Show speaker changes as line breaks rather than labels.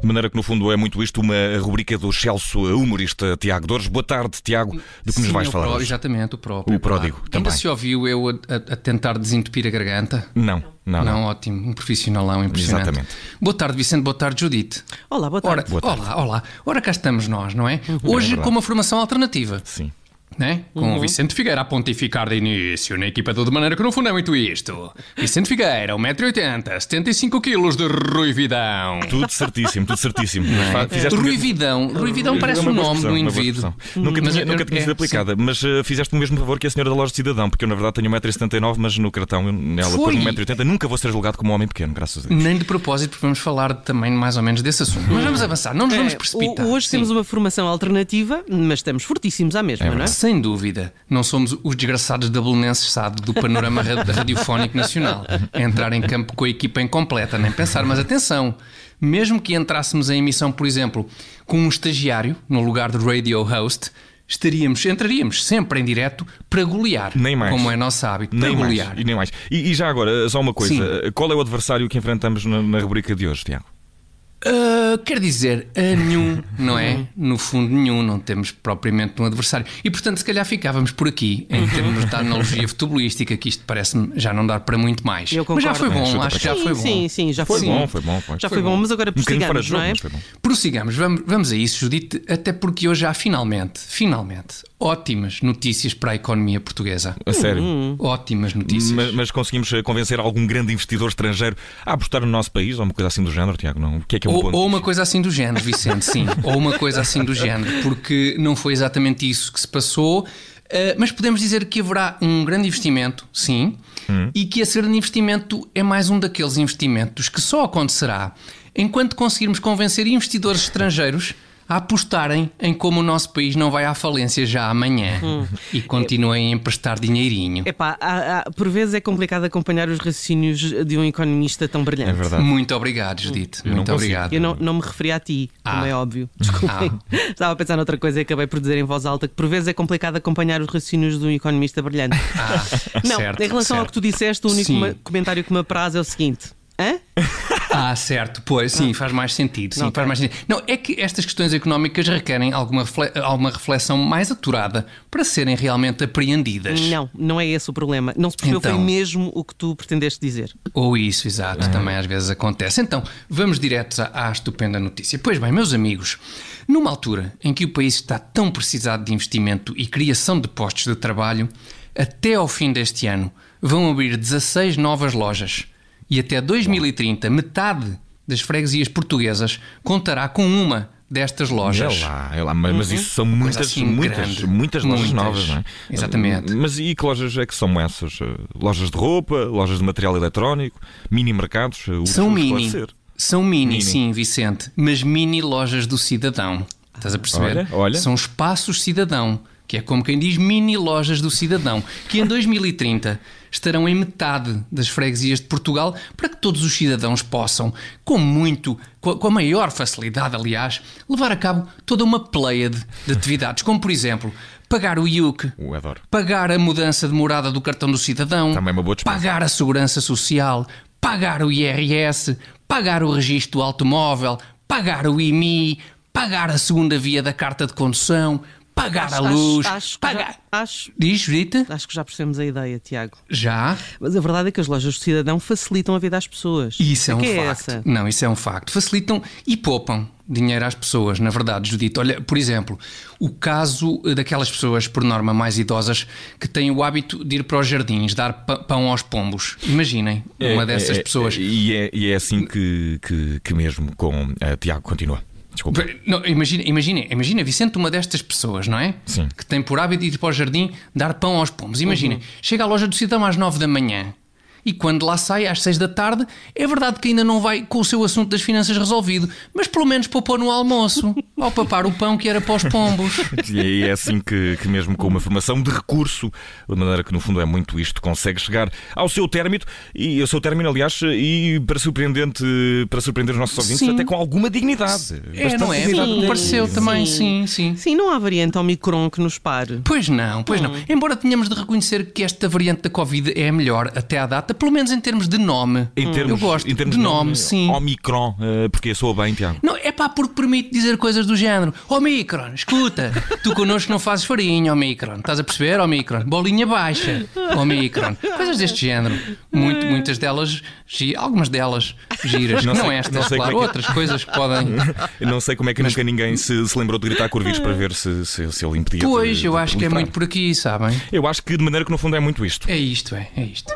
De maneira que, no fundo, é muito isto uma rubrica do Celso humorista Tiago Dores. Boa tarde, Tiago. De que nos
Sim,
vais
o
falar
pró-
hoje?
Exatamente, o próprio. é
O pródigo,
Ainda
também.
se ouviu eu a, a- a tentar desentupir a garganta?
Não, Ah, não, não.
ótimo. Um profissionalão impressionante.
Exatamente.
Boa tarde, Vicente. Boa tarde, Judite.
Olá, boa
Ora,
tarde.
Boa tarde. Uhum.
olá, olá. Ora, cá estamos nós, não é? Hoje com uma formação alternativa.
Sim.
Né? Com
Uhum.
o Vicente Figueira a pontificar de início na equipa do De Maneira que não fundo é muito isto. Vicente Figueira, 1,80m, 75kg de ruividão.
Tudo certíssimo, tudo certíssimo.
é?
Fa- fizeste mesmo-
Ruividão, ruividão parece
É uma
um
boa
nome
expressão,
do
uma boa
indivíduo.
expressão. Nunca
Mas
tinha,
eu-
nunca tinha
é,
sido aplicada, mas eh, fizeste-me o mesmo favor que a senhora da loja de cidadão, porque eu na verdade tenho 1,79m, mas no cartão ela
Foi.
pôs 1,80m. Nunca vou ser julgado como um homem pequeno, graças a Deus.
Nem de propósito, porque vamos falar também mais ou menos desse assunto. Mas vamos avançar, não nos vamos precipitar.
É, O- Hoje
Sim.
temos uma formação alternativa, mas estamos fortíssimos à mesma, não é?
Sem dúvida, não somos os desgraçados da Belenenses SAD do panorama ra- radiofónico nacional. A Entrar em campo com a equipa incompleta, nem pensar, mas atenção, mesmo que entrássemos em emissão, por exemplo, com um estagiário no lugar de radio host, estaríamos, entraríamos sempre em direto para golear,
Nem mais.
como é nosso hábito,
Nem
para
mais,
golear.
e nem mais. E, e já agora, só uma coisa:
Sim.
qual é o adversário que enfrentamos na, na rubrica de hoje, Tiago?
Ah, quer dizer, a nenhum, não é? No fundo, nenhum, não temos propriamente um adversário. E portanto, se calhar ficávamos por aqui,
Uhum.
em termos de analogia futebolística, que isto parece-me já não dar para muito mais.
Eu
Mas já
concordo.
foi
É,
bom,
chuta
acho
para
que já
sim,
foi bom.
sim, sim, já foi,
Foi bom, foi bom, foi.
Já
Foi
foi, bom,
bom.
mas agora
Um bocadinho fora de
prossigamos,
jogo,
não é?
mas foi bom.
Prossigamos, vamos, vamos a isso, Judite, até porque hoje há finalmente, finalmente, ótimas notícias para a economia portuguesa.
A sério.
Uhum.
Ótimas notícias.
Mas, mas conseguimos eh, convencer algum grande investidor estrangeiro a apostar no nosso país ou uma coisa assim do género, Tiago? Não. O que é que é um
Ou,
ponto?
ou uma coisa assim do género, Vicente, sim. ou uma coisa assim do género, porque não foi exatamente isso que se passou. eh, mas podemos dizer que haverá um grande investimento, sim,
Hum.
e que esse grande investimento é mais um daqueles investimentos que só acontecerá enquanto conseguirmos convencer investidores estrangeiros a apostarem em como o nosso país não vai à falência já amanhã
Hum.
e continuem a emprestar dinheirinho.
Epá, há- há- por vezes é complicado acompanhar os raciocínios de um economista tão brilhante.
É verdade.
Muito obrigado, Judite.
não
Muito
consigo.
obrigado.
Eu não, não me referi a ti, como
Ah.
é óbvio. Desculpem. Estava a pensar noutra coisa e acabei por dizer em voz alta que por vezes é complicado acompanhar os raciocínios de um economista brilhante.
Ah,
não,
certo,
em relação ao
certo.
que tu disseste, o único
Sim.
ma- comentário que me apraz é o seguinte: hã?
Ah, certo, pois, sim, faz mais sentido. Sim,
Não,
faz mais sentido. Não, é que estas questões económicas requerem alguma, refle- alguma reflexão mais aturada para serem realmente apreendidas.
Não, não é esse o problema. Não se percebeu,
Então.
foi mesmo o que tu pretendeste dizer.
Ou isso, exato, também às vezes acontece. Então, vamos direto à, à estupenda notícia. Pois bem, meus amigos, numa altura em que o país está tão precisado de investimento e criação de postos de trabalho, até ao fim deste ano vão abrir 16 novas lojas e até 2030 metade das freguesias portuguesas contará com uma destas lojas.
É lá, é lá, mas, mas isso são muitas,
assim
muitas,
grande.
muitas lojas
Muitas.
novas, não é?
Exatamente.
Mas e que lojas é que são essas? Lojas de roupa, lojas de material eletrónico, mini mercados? O que
São
pode
mini.
ser?
São mini,
Mini.
sim, Vicente. Mas mini lojas do cidadão. Estás a perceber?
Olha, olha.
São espaços cidadão, que é como quem diz mini lojas do cidadão, que em 2030 estarão em metade das freguesias de Portugal para que todos os cidadãos possam, com muito, com a- com a maior facilidade, aliás, levar a cabo toda uma pleiade de atividades, como por exemplo pagar o IUC,
Eu adoro.
pagar a mudança de morada do cartão do cidadão,
Também é uma boa despesa.
pagar a segurança social, pagar o IRS, pagar o registro do automóvel, pagar o IMI, pagar a segunda via da carta de condução, pagar a luz,
acho, que
pagar.
já, acho,
Diz, Judite?
acho que já percebemos a ideia, Tiago.
Já?
Mas a verdade é que as lojas do cidadão facilitam a vida às pessoas.
Isso é um
que é
facto.
essa?
Não, isso é um facto. Facilitam e poupam dinheiro às pessoas, na verdade, Judito. Olha, por exemplo, o caso eh, daquelas pessoas, por norma, mais idosas, que têm o hábito de ir para os jardins, dar pa- pão aos pombos. Imaginem, uma
É,
dessas
é,
pessoas.
é, E é, e é assim que, que, que mesmo com. eh, Tiago, continua. Desculpa.
Bem, não, imagina, imagina, imagina, Vicente, uma destas pessoas, não é?
Sim. Uhum.
Que tem por hábito ir para o jardim dar pão aos pombos. Imagina, chega à loja do cidadão às 9 da manhã e quando lá sai às 6 da tarde, é verdade que ainda não vai com o seu assunto das finanças resolvido, mas pelo menos poupou no almoço, ao papar o pão que era para os pombos.
E é assim que, que mesmo com uma formação de recurso, de maneira que no fundo é muito isto, consegue chegar ao seu término, e ao seu término, aliás, e para surpreendente, para surpreender os nossos ouvintes,
Sim.
até com alguma dignidade.
é, não é?
Bastante dignidade.
Sim.
Pareceu também, sim,
Sim.
sim.
Sim, não há variante ao Micron que nos pare.
Pois não, pois não. Embora tenhamos de reconhecer que esta variante da Covid é a melhor até à data, pelo menos em termos de nome.
Em termos,
Hum, Eu gosto
em termos é
de nome, sim.
Omicron, eh, porque soa bem, Tiago.
Não, é pá, porque permite dizer coisas do género. Omicron, escuta, tu connosco não fazes farinha, Omicron. Estás a perceber, Omicron? Bolinha baixa, Omicron. Coisas deste género. Muito, muitas delas, gi- algumas delas giras.
Não
Não,
sei-
estas,
não sei
claro.
como é que-
Outras coisas que podem.
Eu não sei como é que nunca ninguém se, se lembrou de gritar Corvides para ver se, se, se ele impedia. de-
Pois,
de
eu acho que é
proliferar.
muito por aqui, sabem?
Eu acho que de maneira que no fundo é muito isto.
É isto, é, é isto.